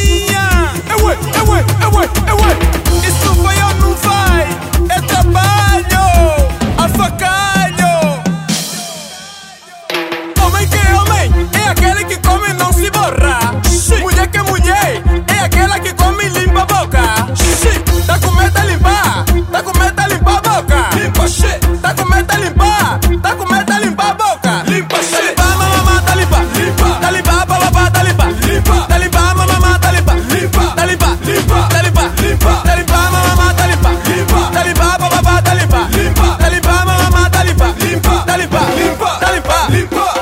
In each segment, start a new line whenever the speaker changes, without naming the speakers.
É é aquele que come e não se borra. Mulher que é mulher, é aquela que come e limpa a boca. Tá com medo de limpar, tá com medo de limpar a boca. Limpa, tá com medo de limpar, tá com medo de limpar a boca. Limpa, limpa, mamamá, tá limpa, limpa, tá limpa, bababá, tá limpa, limpa, tá limpa, mamamá, tá limpa, limpa, tá limpa, limpa, tá limpa, limpa, tá limpa, mamamá, tá limpa, limpa, tá limpa, bababá, tá limpa, limpa, tá limpa, mamamá, tá limpa, limpa, tá limpa, limpa, tá limpa, limpa.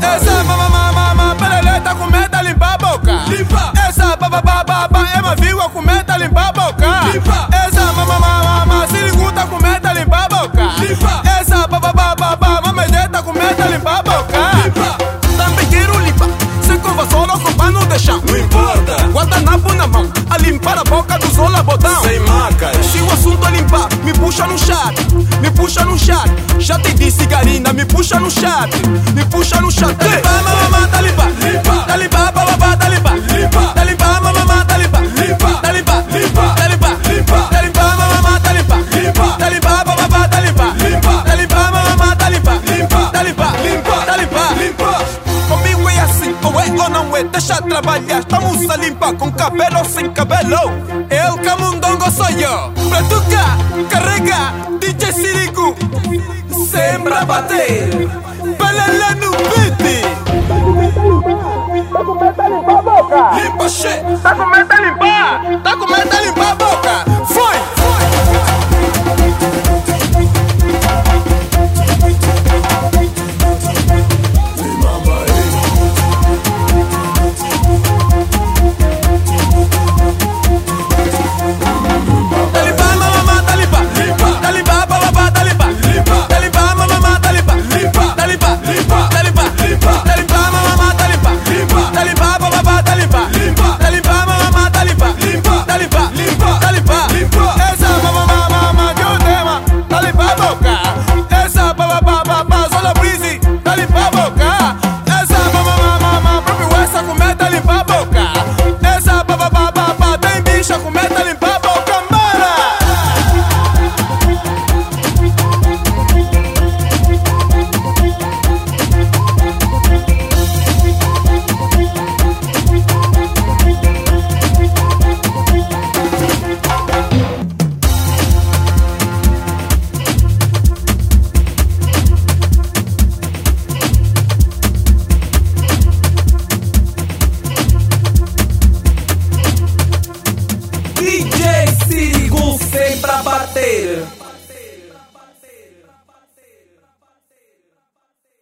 Essa mama mama mama pelele tá com medo de limpar a boca. Limpa. Essa baba baba baba é uma vírgula com medo de limpar a boca. Limpa. Essa mama mama mama siligu tá com medo de limpar a boca. Limpa. Essa baba baba baba mamede tá com medo de limpar a boca. Limpa. Também quero limpar. Se com vassoura ou com pano deixar. Não importa. Guardanapo na mão. A limpar a boca do zola botão. Sem marcas. Se o assunto é limpar, me puxa no chat. Me puxa no chat. Já te disse, Karina, me puxa no chat. Me puxa no chat. Tá limpa, mamamá, tá limpa. Limpa. Tá limpa, bababá, tá limpa. Limpa. Tá limpa, mamamá, tá limpa. Limpa. Tá limpa. Limpa. Tá limpa. Limpa. Tá limpa, mamamá, tá limpa. Limpa. Tá limpa, bababá, tá limpa. Limpa. Tá limpa, mamamá, tá limpa. Limpa. Tá limpa. Limpa. Tá limpa. Limpa. Comigo é assim, ou é ou não é, deixa trabalhar. Estamos a limpar com cabelo ou sem cabelo. Eu camundongo sou eu. Batuca, carrega, DJ Sirico. Sembra bater, balala no beat. Limpa, che. Tá com medo de limpar, tá com medo de limpar a boca. Foi, foi. Taliba, mamamá, taliba, limpa. Taliba, bababá, taliba, limpa. Taliba, mamamá, taliba, limpa. Taliba, limpa, taliba, limpa. Taliba, mamamá, taliba, limpa. Taliba, bababá, taliba, limpa. Taliba, mamamá, taliba, limpa. Taliba, limpa, taliba, limpa. Essa mamamá, mamá, que o tema, taliba a boca. Essa bababá, babá, só na brise, taliba a boca. Essa mamamá, mamá, próprio essa cometa, limpa a boca. Essa bababá, babá, tem bicha, cometa, limpa a boca, mara.
DJ Sirigu sem pra bater.